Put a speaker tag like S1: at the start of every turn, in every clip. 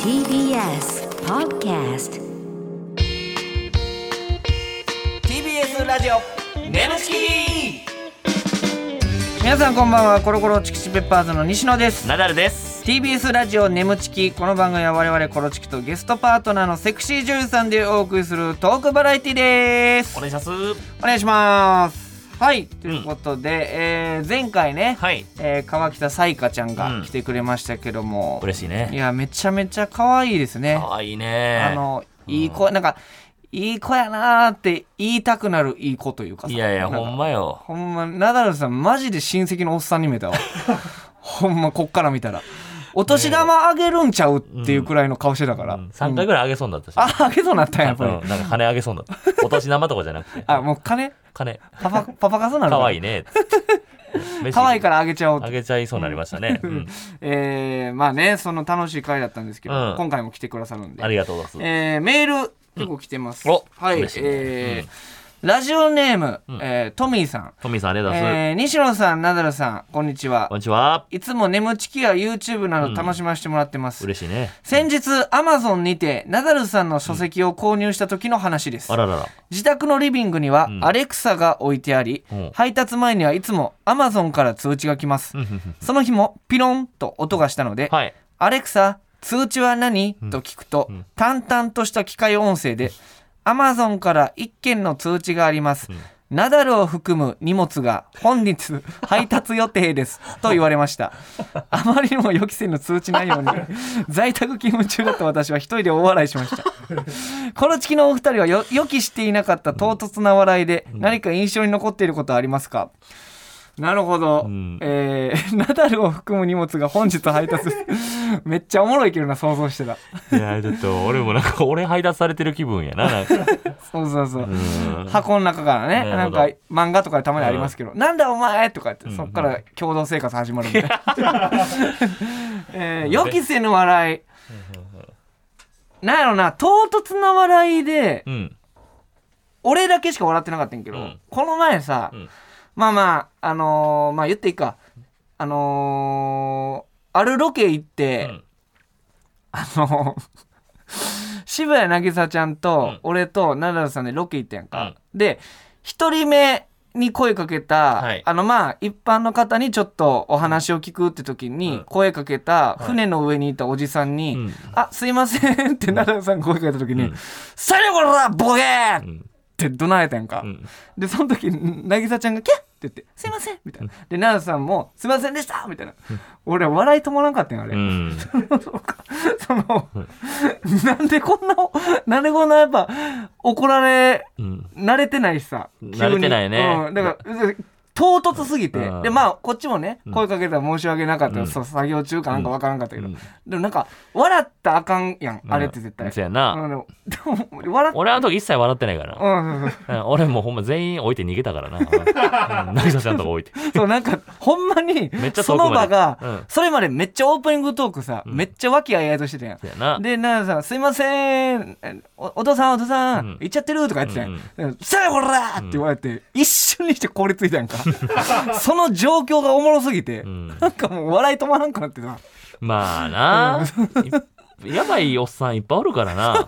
S1: TBS Podcast
S2: TBS ラジオ
S3: ネムチキ
S4: 皆さんこんばんはコロコロチキチペッパーズの西野です
S3: ナダルです
S4: TBS ラジオ眠チキこの番組は我々コロチキとゲストパートナーのセクシー女優さんでお送りするトークバラエティです
S3: お願いします
S4: お願いしますはいということで、えー前回ね、
S3: はい
S4: えー川北彩花ちゃんが
S3: うん
S4: 来てくれましたけども、
S3: 嬉しい
S4: い
S3: ね
S4: やめちゃめちゃ可愛いですね
S3: 可愛いね
S4: あのいい子、なんかいい子やなーって言いたくなるいい子というかさ
S3: いやいや
S4: なんか
S3: ほんまよ
S4: ほんま、ナダルさん、マジで親戚のおっさんに見えた わ。ほんま、こっから見たら。お年玉あげるんちゃうっていうくらいの顔してたから。
S3: 3回ぐらいあげそうになったし
S4: あ、あげそうなったんや、やっぱり
S3: うん。なんか金あげそうになったお年玉とかじゃな くて
S4: あ、もう金
S3: 金
S4: パ パ、パパ数なの
S3: 可愛い
S4: い。
S3: ね
S4: 可愛い
S3: か
S4: からあげちゃおう
S3: あ。げちゃいそうになりましたねうん
S4: えー、まあね、その楽しい回だったんですけど、
S3: うん
S4: 今回も来てくださるんで
S3: あ。りがとうございます
S4: えー、メール、結構来てます。
S3: お
S4: はい、
S3: 嬉しいね
S4: えー
S3: うん
S4: ラジオネーム、
S3: ん
S4: えートミーさん。
S3: トミーさんありがとうございます
S4: えー、西野さん、ナダルさん、こんにちは
S3: こん。にちはい
S4: つも眠ちきや YouTube など楽しませてもらってます。
S3: 嬉しいね
S4: 先日、Amazon にて、ナダルさんの書籍を購入した時の話です。
S3: あららら
S4: 自宅のリビングには、
S3: ん
S4: アレクサが置いてあり、
S3: うん
S4: 配達前にはいつも Amazon から通知が来ます。
S3: うんうんうん
S4: その日も、ピロンと音がしたので、
S3: はい
S4: アレクサ、通知は何と聞くと、淡々とした機械音声で、Amazon から1件の通知があります。ナダルを含む荷物が本日配達予定ですと言われました。あまりにも予期せぬ通知内容に、在宅勤務中だった私は一人で大笑いしました。コロチキのお二人はよ予期していなかった唐突な笑いで何か印象に残っていることはありますか、なるほど、
S3: ん
S4: えー ナダルを含む荷物が本日配達 めっちゃおもろいけどな想像してた
S3: いやちょっと俺もなんか俺配達されてる気分やななん か
S4: そうそうそう、
S3: うん
S4: 箱の中からね
S3: な
S4: な
S3: る
S4: ん
S3: ほど
S4: か漫画とかでたまにありますけど「なんだお前!」とかってそっから共同生活始まるみ たいな、 えー予期せぬ笑いなんやろな唐突な笑いで、
S3: うん
S4: 俺だけしか笑ってなかったんやけど、
S3: うん
S4: この前さ、
S3: うん
S4: まあまああのーまあ言っていいかあのーあるロケ行って、
S3: うん
S4: あのー渋谷渚ちゃんと、
S3: うん
S4: 俺とナダルさんでロケ行ったやんか、で一人目に声かけた、
S3: はい
S4: あのまあ一般の方にちょっとお話を聞くって時
S3: う
S4: に
S3: ん
S4: 声かけた
S3: い
S4: 船の上にいたおじさんに「
S3: うん
S4: あすいません」ってナダルさんが声かけた時に
S3: うん
S4: 「さよこらボケー!」
S3: う
S4: っ
S3: ん
S4: て怒鳴られたやんか、
S3: うん
S4: でその時渚ちゃんが「キャッ!」って言って「すいません」みたいなで奈良さんも「すいませんでした!」みたいな俺笑い止まらんかったんあれ、
S3: うん
S4: その、なんでこんななんでこんなやっぱ怒られ
S3: うん
S4: 慣れてないしさ急に
S3: 慣れてないね
S4: うん、だからで唐突すぎて、
S3: うん
S4: でまあこっちもね
S3: うん
S4: 声かけたら申し訳なかった、
S3: うん
S4: そう作業中かなんかわからんかったけど、
S3: うん
S4: でもなんか笑ったらあかんやん、あれって絶対、
S3: そうや
S4: う
S3: なん
S4: でもでも俺笑っ
S3: 俺あの時一切笑ってないから
S4: うんうんうん
S3: うん俺もうほんま全員置いて逃げたからな。うん、渚ちゃんとか置いて。
S4: そうなんかほんまに
S3: めっちゃ
S4: そ
S3: 遠くまで
S4: の場
S3: う
S4: が
S3: ん
S4: それまでめっちゃオープニングトークさ
S3: ん
S4: めっちゃ和気あいあいとしてたや。
S3: そうんやな。
S4: で奈良さん「すいませんおお父さんお父さ
S3: うん
S4: ん行っちゃってる」とかやってたや
S3: うん
S4: ん「さあこら!」って言われて一瞬にして凍りついたやんか その状況がおもろすぎて
S3: うん
S4: なんかもう笑い止まらんくなってさ
S3: まあな。いやばいおっさんいっぱいおるからな。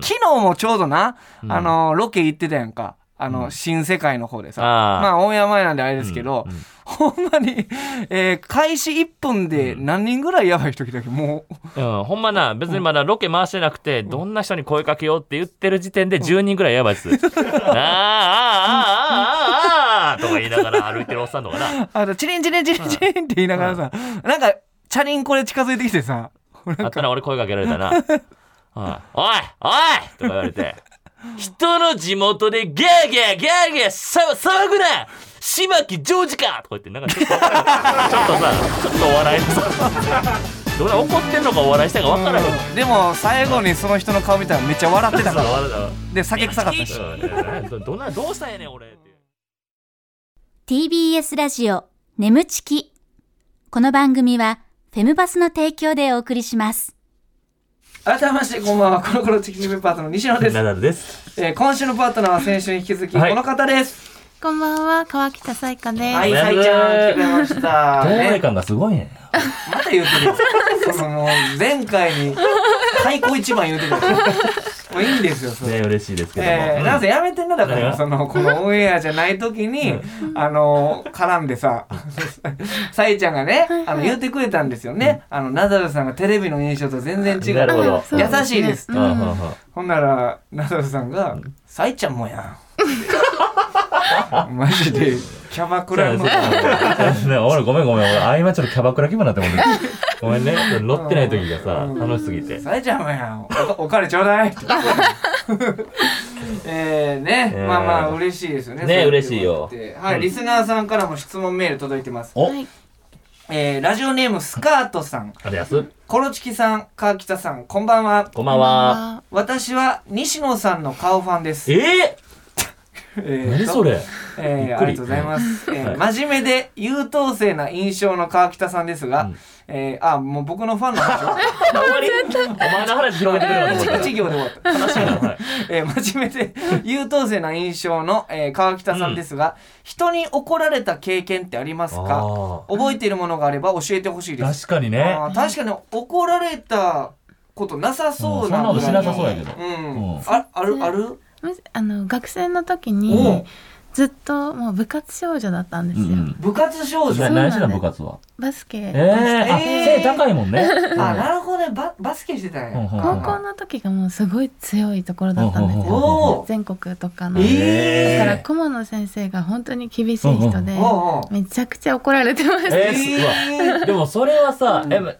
S4: 昨日もちょうどなあのロケ行ってたやんかあの新世界の方でさ
S3: あー
S4: まあオンエア前なんであれですけど
S3: うんうん
S4: ほんまに、えー開始1分で何人ぐらいやばい人来たっけもう
S3: うん、ほんまな、別にまだロケ回してなくて、どんな人に声かけようって言ってる時点で10人ぐらい やばいっす。あーあーあーあーあーあーとか言いながら歩いてるおっさんとかな。
S4: あのチリンチリンチリンチリンって言いながらさ、なんかチャリンコで近づいてきてさなん
S3: あ
S4: か
S3: ったら俺声かけられたな。 はいおいおいとか言わ れて。人の地元でギャーギャーギャーギャーさ騒ぐな島木ジョージかとか言ってなんかちょっと ちょっとさちょっとお笑いのさどれ怒ってんのかお笑いしたいか分からへんそう
S4: でも最後にその人の顔見たらめっちゃ笑ってたから
S3: 笑ったわ
S4: で酒臭かったし
S3: うんどどんなどうしたんやねん俺っていう
S1: TBS ラジオ眠ちきこの番組はフェムバスの提供でお送りします
S4: 改めましてこんばんはコロコロチキチキペッパーズの西野です、
S3: ナダルです
S4: えー今週のパートナーは先週に引き続きこ
S3: はい
S4: の方です、
S5: こんばんは、川北彩香です。
S4: はい、
S3: あ
S4: さ
S3: り
S4: い
S3: が
S4: ち
S3: とうご
S4: ゃん、来てま
S3: ざい
S4: した。
S3: 透明
S4: ね、
S3: 感がすごいね。
S4: また言ってるよ。その、前回 に、開口一番言うてたよ。もういいんですよ、それ。
S3: ね、嬉しいですけども。
S4: えー、なんせやめてんなだか
S3: 何
S4: ら
S3: が
S4: そのこのオンエアじゃない時に、あの絡んで ささえちゃんがねあの言ってくれたんですよね、あのナダルさんがテレビの印象と全然違
S3: な
S4: う
S3: るほど
S5: あそうね
S4: 優しいです
S5: う
S3: うん
S5: ん
S3: うんうん
S4: ほんならナダルさんが「さえちゃんもや ん」マジでキャバクラの
S3: ね、俺ごめんごめん俺あ今ちょっとキャバクラ気分になってもんねごめんね乗ってない時がさ
S4: うん
S3: 楽しすぎて
S4: さえちゃんもやんおお金ちょうだ いえーね、
S3: えー
S4: まあまあ嬉しいですよね
S3: ね
S4: そううの
S3: 嬉しいよ
S4: っては
S3: う
S4: い
S3: ん
S4: リスナーさんからも質問メール届いてます、
S3: お
S5: はい
S4: えーラジオネームスカートさん
S3: あれやす
S4: コロチキさん川北さんこんばんは
S3: こんばんは
S4: 私は西野さんの顔ファンです
S3: えー、
S4: えー
S3: 何
S4: と
S3: それ
S4: え
S3: び
S4: ー、
S3: っ
S4: あ
S3: くり
S4: りがとうございます、えー
S3: は
S4: 真面目で優等生な印象の川北さんですが、
S3: うん
S4: えーあもう僕のファンの 話を
S3: あ終わりお前の話広げてくれ るのと思っ
S4: 一行で終わった
S3: た話がはい
S4: えー真面目で優等生な印象の、えー川北さんですが、人に怒られた経験ってありますか
S3: あ
S4: 覚えているものがあれば教えてほしい
S3: ー
S4: です
S3: 確かにね
S4: あー確かに怒られたことなさ
S3: そ
S4: そうん
S3: な
S4: な
S3: こ
S4: ぐ
S3: とし
S4: らい
S3: なさそうやけど
S4: うん
S3: うん
S4: ああるある
S5: むしあの学生の時
S4: お
S5: に
S4: う
S5: ずっともう部活少女だったんですよ。
S3: うん
S4: 部活少
S3: な
S4: 女
S5: う
S3: 何してたの部活は
S5: バスケ
S3: えー、あ
S4: えー
S3: 背高いもんね
S4: あなるほどねババスケしてたん
S3: うんうん
S4: や
S3: うん
S5: 高校の時がもうすごい強いところだったんです
S3: うんうんうん
S5: よ。
S4: おお
S5: 全国とかの。
S4: え
S5: だ
S4: え
S5: か
S3: え
S5: ら顧問の先生が本当に厳しい人で
S4: おうおう
S5: めちゃくちゃ怒られてました。
S3: え
S4: え
S3: ー
S4: ー
S3: でもそれはさ、え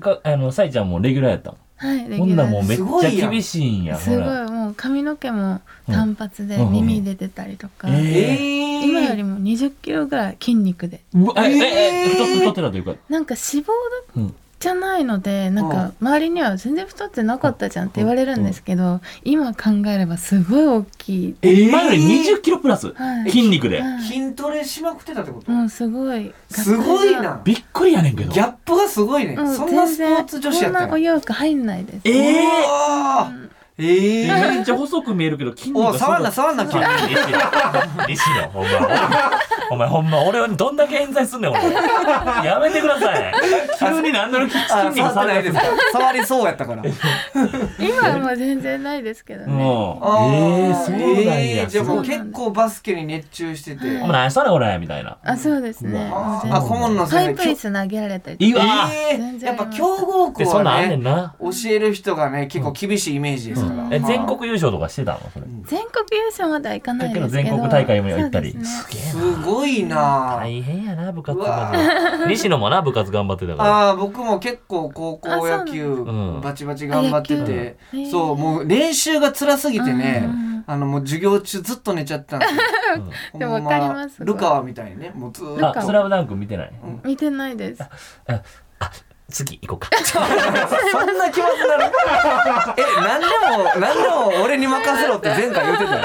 S3: かあのさいちゃんもレギュラーやったの
S5: はい、レ
S3: ほ
S5: ギ
S3: ん
S5: ュ
S3: な
S5: ラ
S3: らもう
S5: ー
S3: めっ
S4: すごい
S3: ち
S4: や
S3: ゃ
S4: ん
S3: 厳しいんや
S5: です。す
S3: ほ
S5: ごい
S3: ら
S5: もう髪の毛も単発で
S3: うん
S5: 耳出てたりとか、
S3: うんうんうんえ
S4: えー
S5: 今よりも20キロぐらい筋肉で
S3: うわえええ
S4: えー
S3: 太って太ってたというか
S5: なんか脂肪
S3: う
S5: だ
S3: ん
S5: じゃないので、なんか周りには全然太ってなかったじゃんって言われるんですけど、今考えればすごい大きい、
S4: えー
S3: 前より20キロプラス、
S5: はい
S3: 筋肉で、
S5: はい
S4: 筋トレしまくってたってこと
S5: もうすごい
S4: すごいな
S3: びっくりやねんけど
S4: ギャップがすごいね
S5: うん
S4: そんなスポーツ女子や
S5: 全然
S4: った
S5: こんなお
S4: んや
S5: 洋服入んないです
S3: えー
S4: うわーえー
S3: めっちゃ細く見えるけど筋肉
S4: お
S3: が
S4: い
S3: すごい
S4: 触んな触んな君
S3: 西野 西野お前お前ほんま俺はどんだけ冤罪すんねんお前やめてください 急に何の筋肉
S4: あ触って
S3: 触
S4: ない
S3: り
S4: で
S3: 出
S4: す
S3: す
S4: か触りそうやった から
S5: 今はもう全然ないですけどね
S3: もう
S4: あ
S3: えー、
S4: ー
S3: そうなん
S4: え
S3: や
S4: ーじゃあ
S3: すご
S4: もう
S3: い
S4: 結構バスケに熱中してて
S3: お前何したの俺みたいな
S5: あそうですね
S3: う
S5: もう
S4: あ
S5: 全
S4: ーあ
S5: 然
S4: 顧問の
S5: パイ
S4: 先
S5: プ
S4: 生
S5: 椅子投げられたりとか
S3: いいわ
S4: え
S5: 全
S4: ー、や
S5: 然
S4: っ
S5: ありま
S4: ぱ
S5: す
S4: 強豪
S3: で
S4: 校
S3: そんなんあ
S4: は
S3: んねん
S4: ね
S3: な、
S4: 教える人がね結構厳しいイメージですから、
S3: え
S4: まあ
S3: 全国優勝とかしてたのそれ
S5: 全国優勝まではいかないですけど
S3: だけど全国大会も行ったり
S5: そうですね
S3: すげえな
S4: すごいなあ
S3: 大変やな部活
S4: う
S3: ま
S4: わ
S3: で西野もな部活頑張ってたから
S4: あー僕も結構高校野
S5: あ
S4: 球
S3: そうなんだ
S4: バチバチ頑張ってて、
S5: あ野球
S4: そうもう練習が辛すぎてね、
S5: うんうんうん
S4: あのもう授業中ずっと寝ちゃったんですよ
S5: ん
S4: ほん
S5: でもわかります
S4: ルカワみたいにねもうずーっ
S5: なん
S3: あ
S5: か
S3: スラムダンク見てない、
S5: 見てないです
S3: 次行こうか
S4: そんな気持ちなの え、何でも、何でも俺に任せろって前回言ってた よ。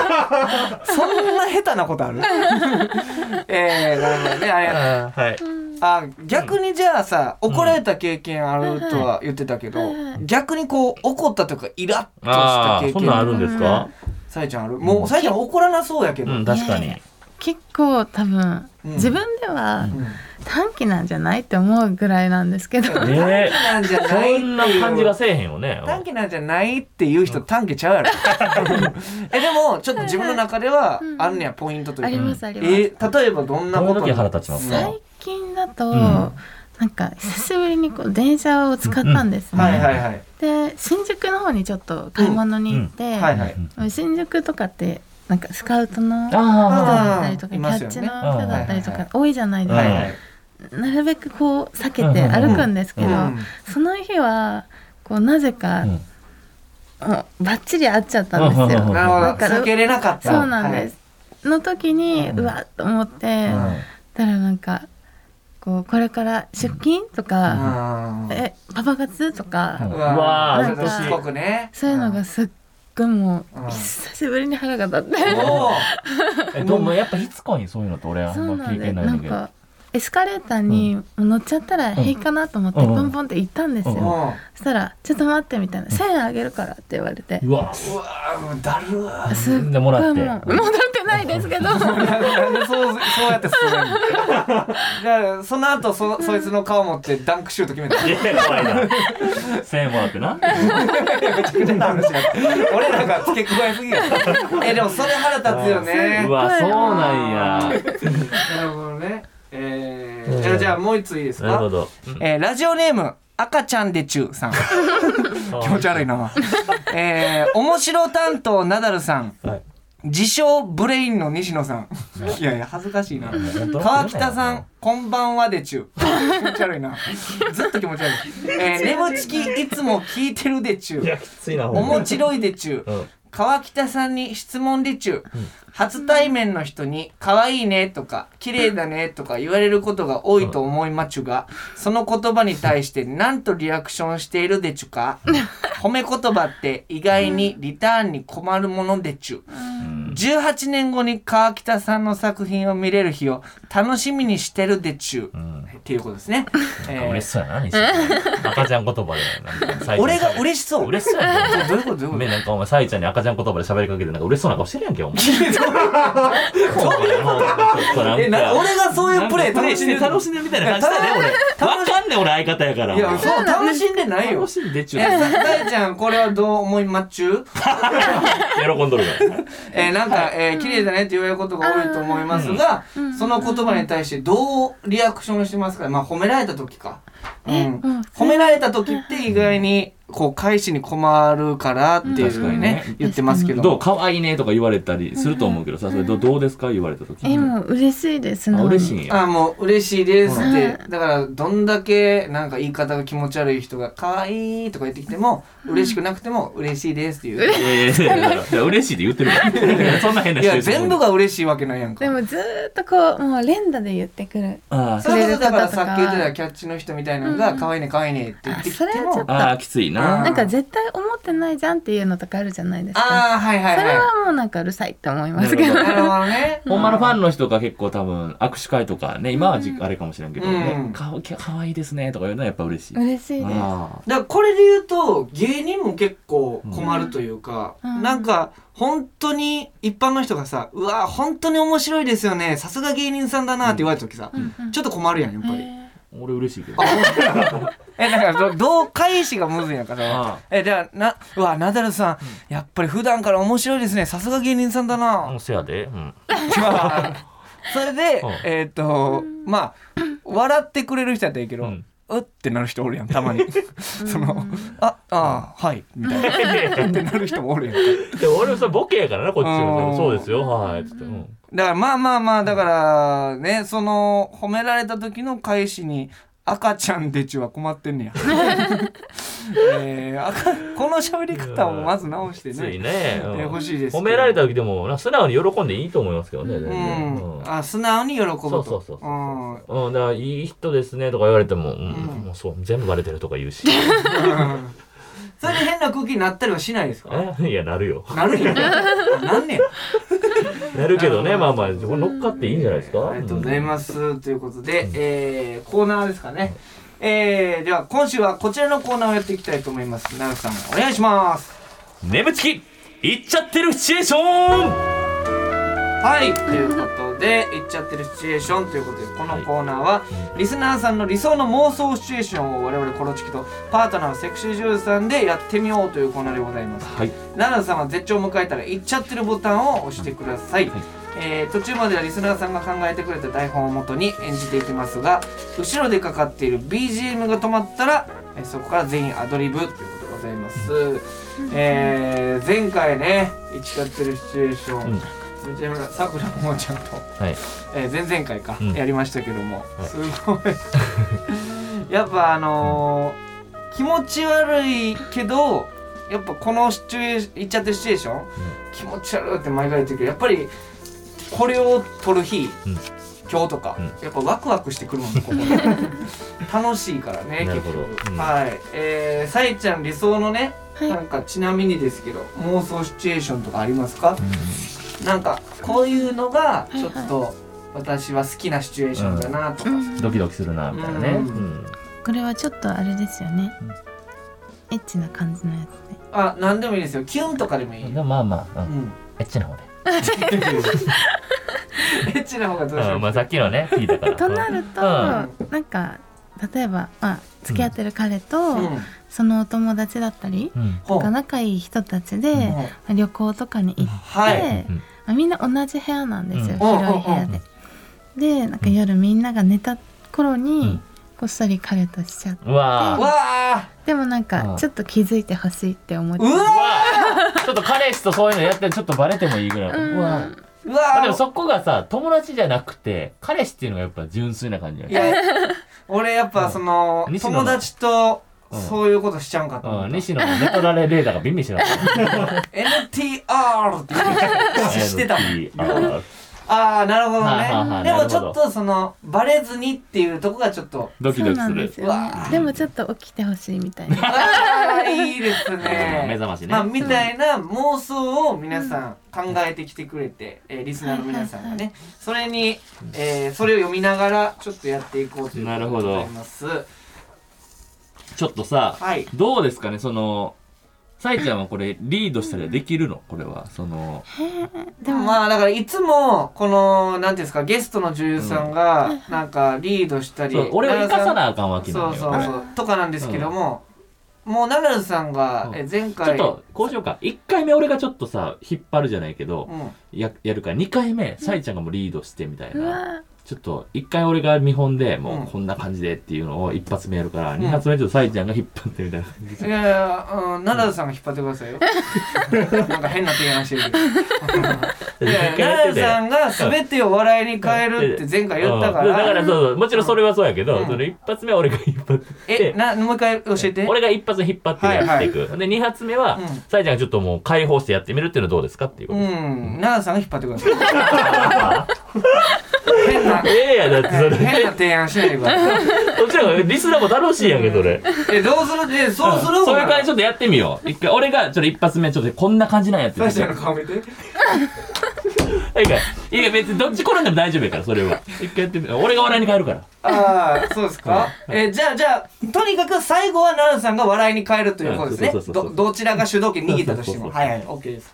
S4: そんな下手なことある えー、なるほどね。ありがとう
S3: あーはい
S4: あ、逆にじゃあさ、怒られた経験あるとは言ってたけど、逆にこう、怒ったとかイラッとした
S3: ああ
S4: 経
S3: そんなんある
S4: 験、
S3: んですか
S4: さえちゃんあるもう、さえちゃん怒らなそうやけど。
S3: う
S4: うんん
S3: 確かに
S5: ね結構多分、
S4: うん
S5: 自分では短期なんじゃないって思うぐらいなんですけ ど、
S3: ねえ
S4: なんじゃないっていう
S3: そ
S4: ん
S3: な感じがせえへんよね
S4: 短期なんじゃないっていう人短期ちゃうや ろ。え、でも、ちょっと自分の中では、あんねや、ポイントと
S5: あ
S4: いう
S5: り
S4: か。
S5: ますあります、
S4: えー、例えばどんな
S3: どう
S4: こ
S3: いう
S4: と
S3: 時腹立ちますか
S5: 最近だと、
S3: ん
S5: なんか久しぶりにこう電車を使ったんですね、
S4: はいはいはい
S5: で新宿の方にちょっと買い物に行って、
S4: はいはい
S5: 新宿とかってなんかスカウトの人
S3: あ
S5: だったりとか、
S4: うんい
S5: キ
S4: ま
S5: ャ
S4: すよ
S5: ッ
S4: ね
S5: チの人だったりと
S4: うんはいはいは
S5: か多いじゃないですか、
S4: はいはい
S5: なるべくこう避けて歩くんですけど、
S4: うん
S5: その日はこうなぜか、
S3: あうん
S5: もうバッチリ合っちゃったんですよ。
S3: うん
S4: なるほど
S5: だから
S4: 避けれなかった
S5: そうなんです。の時に、うわっと思って、
S3: うん
S5: たらなんか、こう、これから出勤とか、
S4: はい
S5: え、パパ活とか、
S4: うん
S3: うわ
S5: ー
S4: なんかしつこくね
S5: そういうのがすっごいもう、
S4: うん
S5: 久しぶりに腹が立って。
S4: おー
S3: えどうもやっぱしつこいそういうのって俺はあ
S5: そ
S3: ん
S5: う
S3: ま
S5: な
S3: 経
S5: んで、
S3: 験ないん
S5: な
S3: だ
S5: ん
S3: けど
S5: か、エスカレーターにもう乗っちゃったら平気かなと思って、
S3: うん
S5: ポンポンって行ったんです
S3: うん
S5: よ。そしたら、ちょっと待ってみたいな、1000円あげるからって言われて。
S3: うわ
S4: うわーもうだるー
S5: すっ
S3: で
S5: ごい
S3: も
S5: もう
S3: らって
S5: 戻ってないですけど
S4: なんでそうそうやって進めるのじゃあその後そそいつの顔持ってダンクシュート決めた
S3: いや怖いな1000円もらってな
S4: めちゃくちゃな話やった俺らが付け加えすぎや えでもそれ腹立つよね
S3: うわそうなんや
S4: なるほどねえー、じゃあじゃあもう一ついいです
S3: なる
S4: か
S3: ほど
S4: えーラジオネーム赤ちゃんでちゅうさん気持ち悪いなえー、面白担当ナダルさん
S3: はい
S4: 自称ブレインの西野さんいやいや恥ずかしいな
S3: 本当
S4: 川北さん、こんばんはでちゅう。気持ち悪いな。ずっと気持ち悪 い。えー、眠ちき、いつも 聞いてるでちゅ。
S3: いうやきついな
S4: お
S3: ほんま
S4: も
S3: に
S4: ちろいでちゅう。
S3: うん
S4: 川北さんに質問でちゅう。初対面の人に、可愛いねとか、綺麗だねとか言われることが多いと思いまちゅが、その言葉に対して何とリアクションしているでちゅか。 褒め言葉って意外にリターンに困るものでちゅう。18年後に川北さんの作品を見れる日を楽しみにしてるでちゅう。っていうことですね。
S3: なんか
S4: え
S3: 嬉し
S4: ー
S3: そうやな西 野赤ちゃん言葉でなんか最近
S4: 俺 が嬉しそう。
S3: 嬉しそうやな
S4: どういうことどういうこと
S3: めなんかお前さいちゃんに赤ちゃん言葉で喋りかけてなんか嬉しそうな顔してるやんけお前 そういうことちょっとなんか
S4: え、な俺がそういうプレイ
S3: プレ
S4: 楽
S3: イ
S4: し
S3: し
S4: んで
S3: て
S4: る
S3: 楽しんでるみたいな感じだね俺わかんねん俺相方やから
S4: いや、そう、楽しんでないよ
S3: 楽。しんでっち
S4: え、
S3: ゅうの
S4: ささえちゃん、これはどう思いまっちゅう
S3: 喜んどるから
S4: えー、なんか、えー、綺麗だねって言われることが多いと思いますが、その言葉に対してどうリアクションしてますかまあ、褒められた時か。うん。
S5: うん
S4: 褒められた時って意外に、こう、返しに困るからっていう
S3: 確かに
S4: ね
S3: ね、
S4: 言ってますけど。
S3: どう可愛いねとか言われたりすると思うけどさそれどどうですか言われた時
S5: えもう嬉しいです
S3: あ嬉しいんや
S4: あもう嬉しいですっ
S5: う
S4: てだからどんだけなんか言い方が気持ち悪い人が「可愛いとか言ってきても嬉しくなくても嬉しいですっていう、
S3: いやいやいやいやいや嬉しいって言ってるから いやそんな変ない人
S4: や全部
S3: が
S4: が嬉しいわけないやんか
S5: でもずーっとこうもう連打で言ってくる
S3: あ
S4: それこそだから
S5: 触れる方とか
S4: さっき言ってたキャッチの人みたいなのが「可愛いね可愛いね」って言ってきて
S5: あそれ
S4: も
S5: はちょ
S4: あ
S5: っ
S3: ー
S5: と
S3: あーきついな
S5: なんか絶対思ってないじゃんっていうのとかあるじゃないですか
S4: あーはいはい
S5: それ
S4: は
S5: はもうなんかうるさいって思いますけ
S3: な
S5: ど
S3: る
S4: いなるほどね
S3: ほんまのファンの人が結構多分握手会とかね、今はじあれかもしれんけど
S4: うん
S3: ね、かわかわいいですねとか言うのはやっぱ嬉しい。
S5: 嬉しいです
S3: あ
S4: だからこれで言うと芸人も結構困るというか、
S5: うん
S4: なんか本当に一般の人がさ「うわー本当に面白いですよねさすが芸人さんだな」って言われた時さ、ちょっと困るやんやっぱり。
S3: ー俺嬉しいけど。
S4: え、だからど、どう返しがむずいんやか
S3: あ
S4: ら
S3: あ。
S4: え、じゃあ、な、うわ、ナダルさん、やっぱり普段から面白いですね。さすが芸人さんだな。
S3: せやで。うん。
S4: それで
S3: うん、
S4: えーっと、まあ、笑ってくれる人やったらいいけど、
S3: う
S4: うんってなる人おるやん、たま に。その、あ、ああ、はい、みたいな。 ってなる人もおるやんか。
S3: でも俺もそれボケやからな、こっち
S4: うん
S3: も。そうですよ、はい。つって。うん
S4: だから、まあまあまあ、だから、ね、その、褒められた時の返しに、赤ちゃんでちゅは困ってんねや。えー、赤この喋り方をまず直して
S3: き
S4: ね。
S3: ついね。うん
S4: えー欲しいですけど
S3: 褒められた時でも、な素直に喜んでいいと思いますけどね。全
S4: う
S3: 然
S4: ん、あ素直に喜ぶと
S3: そうそうそうそう
S4: うん
S3: うん。うん、だからいい人ですねとか言われても、うん、
S4: うん
S3: もうそう、全部バレてるとか言 うし。
S4: それで変な空気になったりはしないですか
S3: えいや、なるよ。
S4: なるんやなんねん
S3: なるけどね、まあまあ、乗っかっていいんじゃないですか。
S4: ありがとうござい
S3: す。
S4: ますということで、えー、コーナーですかねえー、では今週はこちらのコーナーをやっていきたいと思います奈良さんお願いします
S3: 眠ちきいっちゃってるシチュエーション
S4: はいということで言っちゃってるシチュエーションということでこのコーナーはリスナーさんの理想の妄想シチュエーションを我々コロチキとパートナーのセクシー女優さんでやってみようというコーナーでございます
S3: はい。
S4: 奈良さんは絶頂を迎えたら「いっちゃってる」ボタンを押してください、
S3: はい
S4: えー途中まではリスナーさんが考えてくれた台本をもとに演じていきますが後ろでかかっている BGM が止まったら、えーそこから全員アドリブということでございます、えー前回ね「いっちゃってる」シチュエーション、
S3: うん
S4: めちゃめちゃさくらももちゃんと、
S3: はい。
S4: えー前々回か、
S3: うん
S4: やりましたけども、
S3: はい
S4: すごい やっぱあのー気持ち悪いけどやっぱこのシチュエーション言っちゃってるシチュエーション、気持ち悪いって毎回言ってるけどやっぱりこれを撮る日、
S3: うん
S4: 今日とか、
S3: うん
S4: やっぱワクワクしてくるもんねここ 楽しいからね
S3: なる
S4: 結
S3: ほど
S4: 局、
S3: うん
S4: はいえー、さいちゃん理想のね、
S5: はい
S4: なんかちなみにですけど妄想シチュエーションとかありますか、なんかこういうのがちょっと私は好きなシチュエーションだなとか、
S3: ドキドキするな、みたいなね。
S4: う
S3: うんん。
S5: これはちょっとあれですよね、エッチな感じのやつで
S4: あ何でもいいですよキュンとかでもいい、うん
S3: まあまあ、うんエッチな方で。
S4: エッチな方がどうし
S3: うん、まあさっきのね聞いた から。
S5: となると、なんか例えば、まあ、付き合ってる彼と、
S4: うんうん
S5: そのお友達だったり、
S3: うん。うん。
S4: ほう
S5: なんか仲いい人たちで、
S4: ほう
S5: 旅行とかに行って、
S4: はい
S3: うん
S5: あみんな同じ部屋なんですよ、
S4: うん
S5: 広い部屋で。でなんか夜みんなが寝た頃に、
S3: うん
S5: こっそり彼としちゃって
S3: うわ
S4: うわあ
S5: でもなん
S3: うん
S5: かちょっと気づいてほしいって思って
S4: う
S5: う
S3: う
S4: わ
S3: わちょっと彼氏とそういうのやってちょっとバレてもいいぐらいの。
S5: ん
S3: うわ
S4: う
S3: まあで
S4: わ
S3: もそこがさ友達じゃなくて彼氏っていうのがやっぱ純粋な感じだ
S4: い
S3: ね。
S4: や俺やっぱその
S3: うん西野の
S4: 友達と
S3: うん
S4: そういうことしちゃうんかと思
S3: う
S4: っ
S3: ん、
S4: た
S3: 西野の寝取られレーダーがビンビンしてなか った。
S4: NTR って言ってしてたもん
S3: NTR
S4: ああなるほ
S3: はいはい
S4: ど
S3: は
S4: ね
S3: い
S4: で
S3: な
S4: も
S3: る
S4: ち
S3: ほ
S4: ょ
S3: ど
S4: っとそのバレずにっていうとこがちょっと
S3: ドキドキ
S5: な
S3: す
S5: んで
S3: る
S5: す。よね
S4: うわ
S5: でもちょっと起きてほしいみたいな
S4: あーいいですね
S3: 目覚ましね
S4: まあみたいな妄想を皆さん考えてきてくれて、えーリスナーの皆さんが
S5: はいはい
S4: ねそれに、えーそれを読みながらちょっとやっていこうということでございます
S3: ちょっとさ、
S4: はい
S3: どうですかねそのさいちゃんはこれリードしたりはできるのこれはその
S5: で も
S4: まあだからいつもこの何ていうんですかゲストの女優さんがなんかリードしたり、
S3: そう俺を生かさ
S4: い
S3: なあかんわけな
S4: そ
S3: の
S4: う
S3: よ。
S4: そうそうとかなんですけども、もうナダルさんが
S3: うん
S4: えー前
S3: ちょっ
S4: 回
S3: とこうしようか1回目俺がちょっとさ引っ張るじゃないけど
S4: うん
S3: ややるから2回目さいちゃんがもうリードしてみたいうな
S5: わ
S3: ちょっと1回俺が見本で
S4: う
S3: も
S4: ん
S3: うこんな感じでっていうのを一発目やるから
S4: ん
S3: 2発目ちょっとさいちゃんが引っ張ってみたいな感じ
S4: いやいや、うん、ナダルさんが引っ張ってください よ。なんか変な提案してるけど。いや
S3: 1
S4: いや、ナ ダルさんが全てを笑いに変えるって前回言ったか
S3: うんだからそう
S4: ら。
S3: そうもちろんそれはそうやけど、
S4: うん
S3: その一発目は俺が引っ張って
S4: え、な、もう一回教えて。
S3: 俺が一発目引っ張ってやっていく、で2発目は、
S4: うん
S3: さいちゃんがちょっともう解放してやってみるっていうのはどうですかっていうこ
S4: う
S3: と、え
S4: ん、ナダルさんが引っ張ってくださ い。変な、
S3: えやだってそ
S4: 変な
S3: れ
S4: 提案しないでください。
S3: こっちの方がリスナーも楽しいやんけそれ、
S4: え、どうするえ、そうする
S3: そういう感じちょっとやってみよう一回俺がちょっと一発目ちょっとこんな感じなんやって
S4: 大
S3: みて
S4: ちゃんの顔見て。
S3: いいかいいか別にどっち転んでも大丈夫やからそれは一回やってみよう俺が笑いに変えるから
S4: ああ、そうですか。え、じゃあ、じゃあ、とにかく最後はナダルさんが笑いに変えるということですね
S3: うんそう。そうそうそ
S4: ど、
S3: う
S4: どちらが主導権握ったとしても。
S3: そうそうそうそう
S4: はいはい、OK です。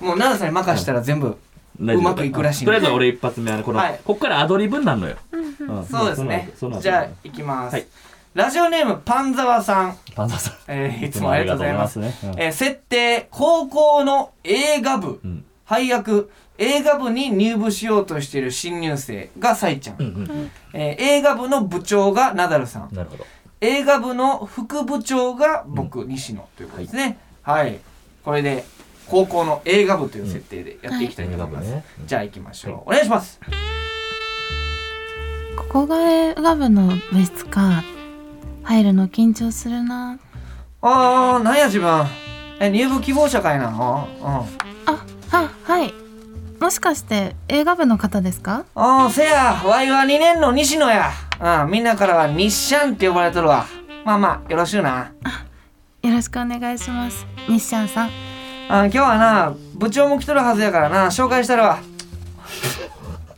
S4: もうナダルさんに任したら全部。
S3: 大丈夫
S4: うまくいくらしいん
S3: と
S4: で
S3: りあえず俺一発目あのこの、
S4: はい
S3: こっからアドリブになるのよ、うん
S4: そうですね
S3: その。後
S4: じゃあ、いきます。
S3: はい
S4: ラジオネーム、パンザワさん。
S3: パンダさん
S4: えーいつもありがとうございます。
S3: いつもありがとうございますねうん
S4: えー設定、高校の映画部、
S3: ん
S4: 配役、映画部に入部しようとしている新入生がサイちゃん。
S3: うんうん
S4: えー映画部の部長がナダルさん。
S3: なるほど
S4: 映画部の副部長が僕、西野ということですね。はい。これで、高校の映画部という設定でやっていきたいと思います。
S3: はい映画部ね
S4: じゃあ、行きましょう。お願いします。
S5: ここが映画部の部室か入るの緊張するな
S4: あー、なんや自分。え、入部希望者かいな。うん。
S5: あははいもしかして映画部の方ですか
S4: おーせやわいは2年の西野やうんみんなからは日シャンって呼ばれとるわまあまあよろしゅうな
S5: よろしくお願いします西ちゃんさん
S4: あ今日はな部長も来とるはずやからな紹介したるわ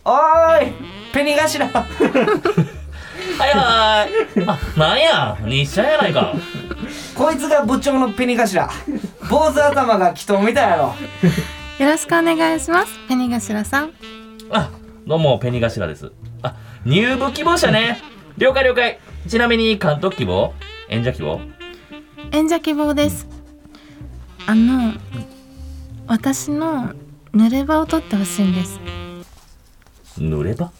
S4: おーいペニ頭
S3: はいはいあなんや日射やないか
S4: こいつが部長のペニ頭坊主頭が祈祷みたいやろ
S5: よろしくお願いしますペニ頭さん
S3: あどうもペニ頭ですあ入部希望者ね了解了解ちなみに監督希望演者希望
S5: 演者希望ですあの私の濡れ場を取ってほしいんです
S3: 濡れば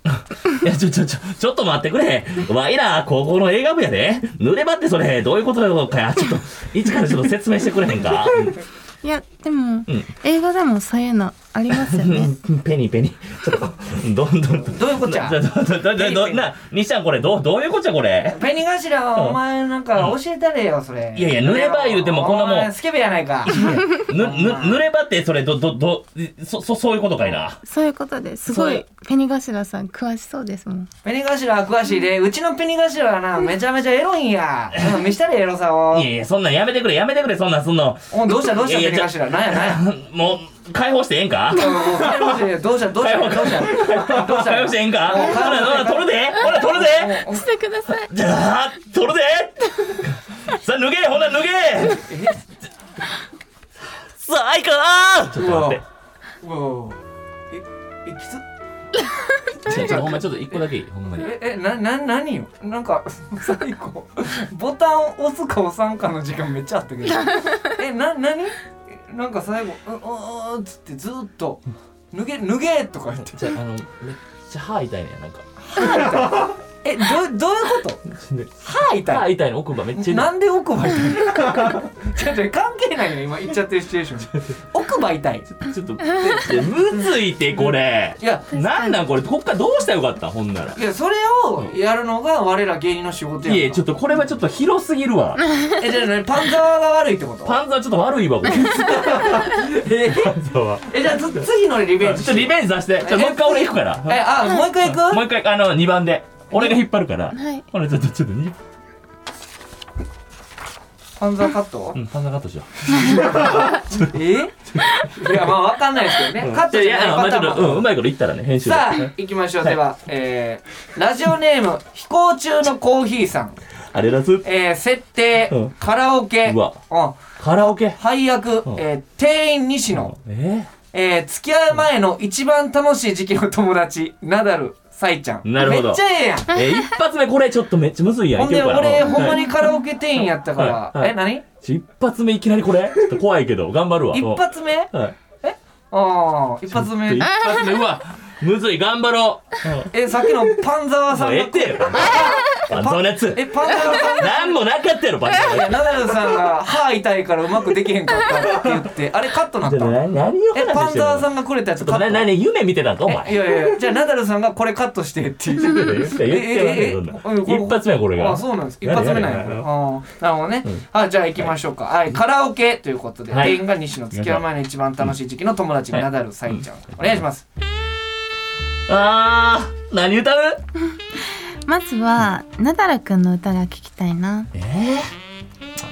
S3: いやちょちょちょちょっと待ってくれわいら高校の映画部やで濡ればってそれどういうことなのかやちょっと一からちょっと説明してくれへんか
S5: いやでも、
S3: ん
S5: 映画でもそういうのありますよ ね
S3: ペニペニちょっとどんどん
S4: どういうこっちゃ
S3: どどどどどどな西ちゃんこれどうどういうこっちゃこれ
S4: ペニ頭はお前なんか教えたれよそれ
S3: いやいや濡れば言うてもこんなもん
S4: お前スケベやないか
S3: ぬぬ濡ればってそれどどどそそそういうことかいな
S5: そういうことですごいペニ頭さん詳しそうですもん
S4: ペニ頭は詳しいで、うちのペニ頭はな、めちゃめちゃエロいんや。うん見したれエロさを
S3: い。やいやそんなんやめてくれやめてくれそんなんそんの
S4: おどうしたどうした
S3: いや
S4: ペニ
S3: いや
S4: 頭。なんやなんや。
S3: もう解放してええんか
S4: うんもう解放してどうしたどうしたどうしたどうした
S3: 解放してええんかほ
S4: もう
S3: らほら取るでほら取るで
S4: もう
S5: してください
S3: じゃあ取るでさあ脱げほら脱げさあいかちょっと待って
S4: うわ
S3: ちょほんまちょっと一個だけいいほんまに
S4: え、え、な、な、何よなんか、 最後、ボタン押すか押さんかの時間めっちゃあったけど。え、な、何えなんか最後、う、う、う、つってずーっと、脱げ、脱げとか言って。
S3: じゃああのめっちゃ歯痛いねんなんか
S4: え、どう、どういうこと歯痛い
S3: 歯痛いの奥歯めっちゃ痛い
S4: なんで奥歯痛いちょちょ関係ないよ今言っちゃってるシチュエーション奥歯痛い
S3: ちょっと、いやむずいて、これ。
S4: いや
S3: なんなんこれ、こっからどうしたらよかったんほんなら。
S4: いやそれをやるのが我ら芸人の仕事やん
S3: いや、ちょっとこれはちょっと広すぎるわ。
S4: えじゃあ何パンザワが悪いってこと
S3: パンザーちょっと悪い わ、これ。えパンザーは。
S4: えじゃあつ次のリベン
S3: ちょ
S4: ジ
S3: っとリベンジさせて。ちょっともう一回俺行くから。
S4: えあもう一回行く
S3: もう一回、あの、2番で。俺が引っ張るから。
S5: はい
S3: これちょっと、ちょっと、に
S4: パンザワカット
S3: うん、パンザーカットしよう。
S4: えいやまあわかんないですけどね、カット
S3: い
S4: じゃ
S3: や、
S4: な
S3: あ
S4: い
S3: のま
S4: パタ
S3: あち
S4: ーンも
S3: ょっと、うん、うまいこと言ったらね、編集で。
S4: さあ行きましょう、では、えー、ラジオネーム飛行中のコーヒーさん、
S3: あれだす。
S4: えー、設定、
S3: うん
S4: カラオケ
S3: うわ
S4: うん
S3: カラオケ。
S4: 配役、
S3: うん
S4: えー店員西野、
S3: え
S4: えー付き合う前の一番楽しい時期の友達ナダルサイちゃん
S3: なるほど
S4: めっちゃええやん
S3: えー、一発目これちょっとめっちゃむずいやん。
S4: ほんで
S3: いけるかな
S4: 俺
S3: うん
S4: ほんまにカラオケ店員やったから、
S3: はいはい
S4: え何
S3: ちょ一発目いきなりこれちょっと怖いけど、頑張るわ。
S4: 一発目あ
S3: うんはい。
S4: あ一発目
S3: 一発目うわむずい頑張ろう
S4: えさっきのパンザワさ
S3: も
S4: ん
S3: う
S4: が
S3: ええ ってよバンドのやつ
S4: えパンザワさんが
S3: なんもなかったやろバンドの
S4: いや
S3: や
S4: ナダルさんが歯痛いからうまくできへんかったって言ってあれカットなっ
S3: つ
S4: た
S3: な何を話して
S4: え
S3: んの
S4: パンザワさ
S3: ん
S4: んがくれたやつカッ
S3: な
S4: ト
S3: 何夢見てたんかお
S4: えい
S3: 前
S4: やいやじゃあナダルさんがこれカットしてって言って
S3: 言って言ってまんねんそん
S4: ええええ
S3: な一発目はこれが
S4: あ、そうなんです。一発目なんや。あ
S3: や
S4: あ
S3: れやれやれ
S4: ー、なるほどね。あ、じゃあ行きましょうか。はい、カラオケということで、
S3: はい
S4: 店員が西野付き合う前の一番楽しい時期の友達
S3: はい
S4: ナダルサイちゃん。お願いします。
S3: あー何歌う
S5: まずはナダルくんの歌が聞きたいな
S3: ええ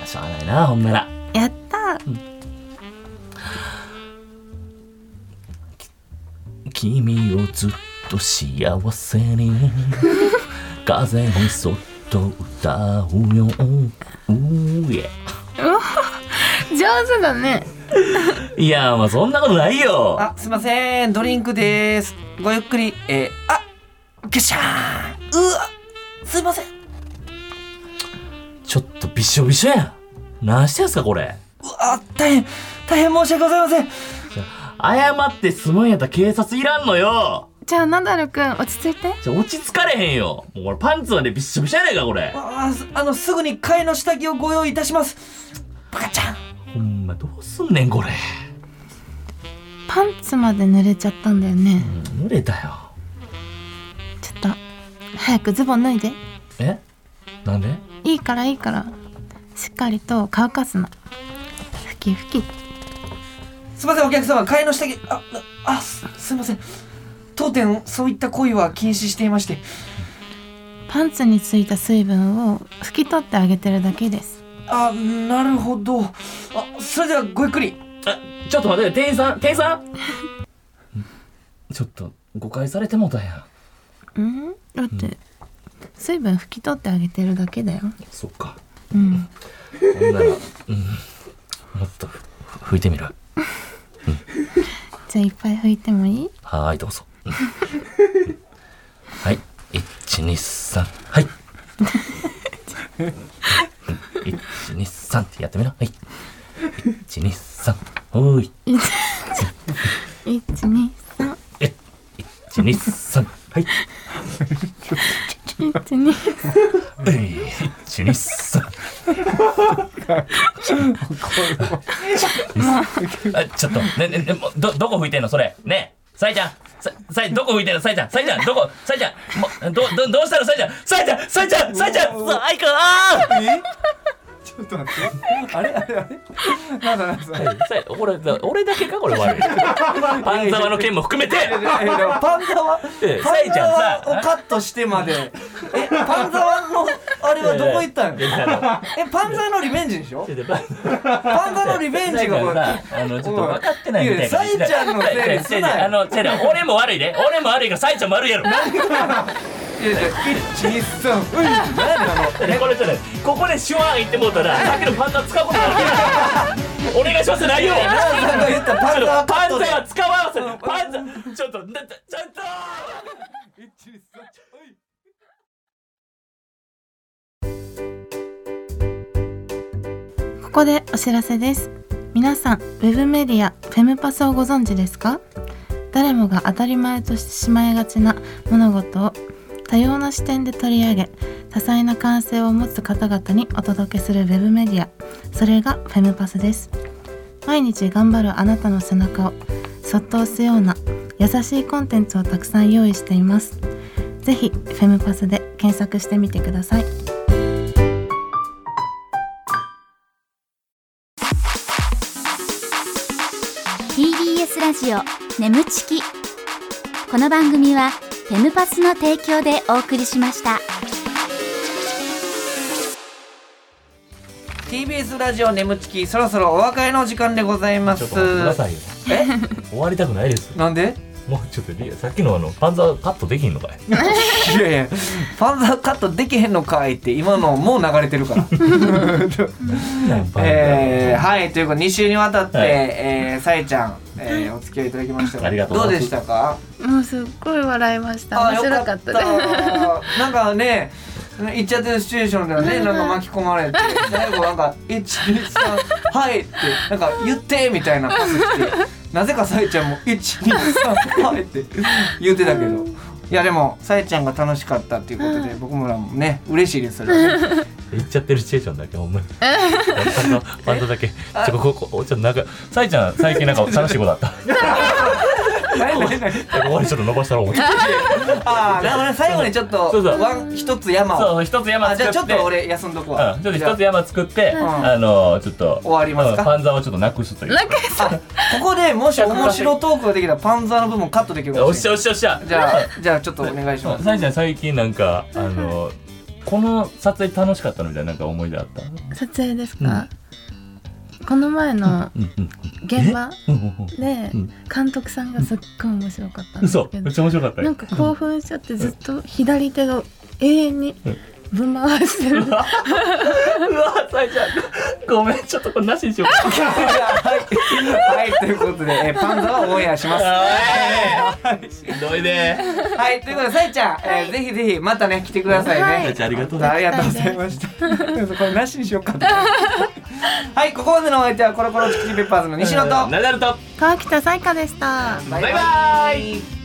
S3: あしゃあないなほんなら
S5: やった
S3: 君をずっと幸せに風にそっと歌うようーえ
S5: 上手だね
S3: いやまあそんなことないよ
S4: あ、すいません。ドリンクでーす。ごゆっくり。えー、あ、ぐしゃーん。うわ、すいません。
S3: ちょっとびしょびしょやん。何してんすか、これ。
S4: うわ、大変、大変申し訳ございません。
S3: 謝って済むんやったら警察いらんのよ
S5: じゃあナダルくん落ち着いて
S3: じゃ落ち着かれへんよもうこれパンツまでびっしょびしょやないか、これ。
S4: あー、すあの、すぐに替えの下着をご用意いたします。バカちゃん。
S3: ほんま、どうすんねん、これ。
S5: パンツまで濡れちゃったんだよね
S3: 濡れたよ。
S5: ちょっと早くズボン脱いで
S3: えなんで
S5: いいからいいからしっかりと乾かすのふきふき
S4: すいませんお客様替えの下着ああすすいません当店そういった行為は禁止していまして
S5: パンツについた水分を拭き取ってあげてるだけです
S4: あなるほどあそれではごゆっくり
S3: あ、ちょっと待って、店員さん、店員さんんちょっと、誤解されてもうたやん。
S5: うんだって水分拭き取ってあげてるだけだよ
S3: そっか。
S5: うん
S3: ほんなら、うん。もっとふ、ふ拭いてみる。
S5: じゃあいっぱい拭いてもいい
S3: はーい、どうぞ。うんはい、一二三、はい。うん一二三ってやってみな、はい。一二三、おーい、
S5: 123
S3: え、一二三、はい、
S5: 123
S3: うい一二三。 あ、ちょっと、ね、ね、ね、もうど、どこ吹いてんの、それ、ね、さいちゃん。さ、さい、どこ吹いてんの、さいちゃん、さいちゃん、どこ、さいちゃん。もう、ど、ど、どうしたの、さいちゃん、さいちゃん、さいちゃん、さいちゃん、さあいか、あー。
S4: ちょっと待ってあれあれあれなんだなんださ
S3: さ俺だ俺だけかこれ悪い パンザワの件も含 めて
S4: パンザワ
S3: ええ
S4: パ
S3: サイ
S4: ン
S3: ち
S4: ザ
S3: ゃんさ
S4: ワをカットしてまでえパンザワのあれはどこ行ったん
S3: いやいや
S4: えパンザワのリベンジでしょ
S3: ちょっとパン
S4: パンザワのリベンジがこれ
S3: さあのちょっと分かってないみたい
S4: いやいやサイちゃんのせいに
S3: やや
S4: すなよ
S3: やあの違う違う俺も悪いで俺も悪いからサイちゃんも悪いやろ
S4: いやいや123うい何なの
S3: これじゃないここでシュワーン言ってもうたらさっきのパンザワ使うことになるお願いします内容
S4: さんが言ったパ
S3: ちょ
S4: ンダー
S3: っと
S4: カ
S3: パン
S4: ッ
S3: ツ
S4: トで
S3: は使わせパンツァーちょっとなちょっと
S5: ここでお知らせです皆さんウェブメディアフェムパスをご存知ですか誰もが当たり前としてしまいがちな物事を多様な視点で取り上げ多彩な感性を持つ方々にお届けするウェブメディアそれがフェムパスです毎日頑張るあなたの背中をそっと押すような優しいコンテンツをたくさん用意していますぜひフェムパスで検索してみてください
S1: ー TBS ラジオ眠ちきこの番組はフェムパスの提供でお送りしました
S4: TBS ラジオ眠ちきそろそろお別れの時間でございます
S3: ちょっと待ってくださいよ
S4: え
S3: 終わりたくないです
S4: なんで
S3: もうちょっとリさっきのあのパンツァーカットできんのかい
S4: いやいやパンザーカットできへんのかいって今のもう流れて るからえー、はいということで2週にわたって、
S3: はい
S4: えーさえちゃん、えーお付き合いいただきましたが
S3: ありがとうございます
S4: どうでしたか
S5: もうすっごい笑いました面白かったで
S4: あ
S5: す
S4: よかったなんかね言っちゃってるシチュエーションではねなんか巻き込まれて最後なんか「123はい」ってなんか言ってみたいなパスしてなぜかさえちゃんも「123はい」って言ってたけど。いやでもさえちゃんが楽しかったっていうことで、僕もらもね嬉しいですそれはね
S3: 言っちゃってるシチュエーションだけほんまにパンダパンダだけちょこここちょっとなんかさいちゃん最近なんか楽しいことあ った
S4: 何何何
S3: 終わりちょっと伸ばしたら思って
S4: ああなるほどね最後にちょっと
S3: そうそう
S4: ワン一つ山を
S3: そう一つ山
S4: あじゃ
S3: 作
S4: あ
S3: っ
S4: ち
S3: て
S4: ょっと俺休んどくわ、
S3: うん、ちょっと一つ
S4: じゃ
S3: 山作って、
S4: ん
S3: あのちょっと
S4: 終わりますか
S3: うんパンザーをちょっとなくすという
S5: なんか
S4: ああここでもし面白トークができたらパンザーの部分カットできるか
S3: お
S4: も
S3: っ
S4: し
S3: し
S4: れ
S3: ゃ
S4: な
S3: お
S4: い
S3: っしゃおっしゃ
S4: じゃあじゃあちょっとお願いします
S3: さいちゃん最近なんか あのこの撮影楽しかったのみたいななんか思い出あった
S5: 撮影ですか、この前の
S3: うんうん
S5: 現場
S3: うんうん
S5: で
S3: うん
S5: 監督さんがすっごい面白かったんです
S3: 嘘
S5: けど
S3: めっちゃ面白かった
S5: なん
S3: よ
S5: か興奮しちゃってずっと左手を永遠にぶん回してる
S3: うわさいちゃんごめんちょっとこれなしにしようか
S4: はい、はい、ということで、えーパンザーはオンエア します
S3: はいしんどいね
S4: はいということでさえちゃん、えーぜひぜひまたね来てくださいね、
S3: さいちゃんありがとうね
S4: ありがとうございま したこれなしにしようかなはいここまでのお相手はコロコロチキチキペッパーズの西野と
S3: ナダルと
S5: 川北彩花でした
S3: バイバイ